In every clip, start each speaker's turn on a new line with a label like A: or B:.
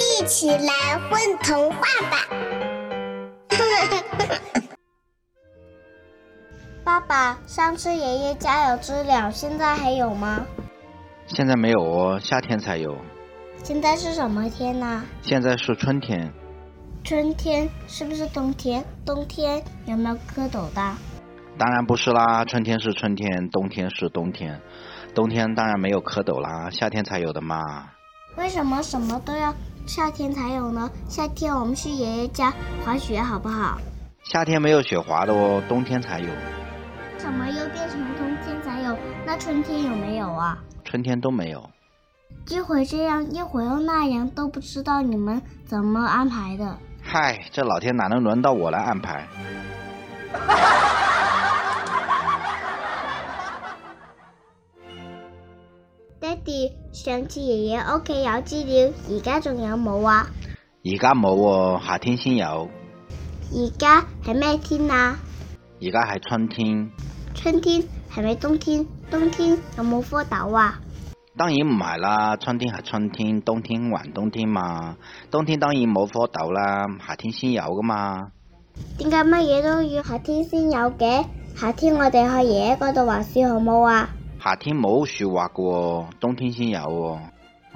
A: 一起来混童话吧！
B: 爸爸，上次爷爷家有知了，现在还有吗？
C: 现在没有哦，夏天才有。
B: 现在是什么天呐、
C: 现在是春天，
B: 春天是不是冬天？冬天有没有蝌蚪的？
C: 当然不是啦，春天是春天，冬天是冬天，冬天当然没有蝌蚪啦，夏天才有的嘛。
B: 为什么什么都要夏天才有呢？夏天我们去爷爷家滑雪好不好？
C: 夏天没有雪滑的哦，冬天才有，
B: 怎么又变成冬天才有？那春天有没有啊？
C: 春天都没有。
B: 一会这样，一会又那样，都不知道你们怎么安排的。
C: 嗨，这老天哪能轮到我来安排？
B: Daddy，上次爺爺屋企有資料，而家仲有冇啊？
C: 而家冇喎，夏天先有，
B: 而家係咩天啊？
C: 而家係春天，
B: 春天係咪冬天？冬天有冇蝌蚪啊？
C: 當然唔係啦，春天係春天，冬天還冬天嘛，冬天當然冇蝌蚪啦，夏天先有噶嘛。
B: 點解乜嘢都要夏天先有嘅？夏天我哋去爺爺嗰度滑雪好冇啊？
C: 夏天冇雪滑嘅喎，冬天先有喎，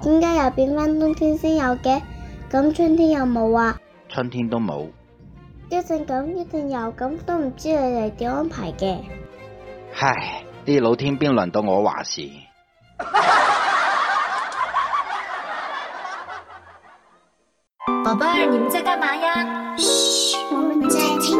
B: 點解又變翻冬天先有嘅？咁春天有冇啊？
C: 春天都冇。
B: 一陣咁，一陣又咁，都唔知你哋點安排嘅。
C: 唉，呢老天邊輪到我話事？
D: 宝贝儿，你们在干嘛呀？
A: 我们在听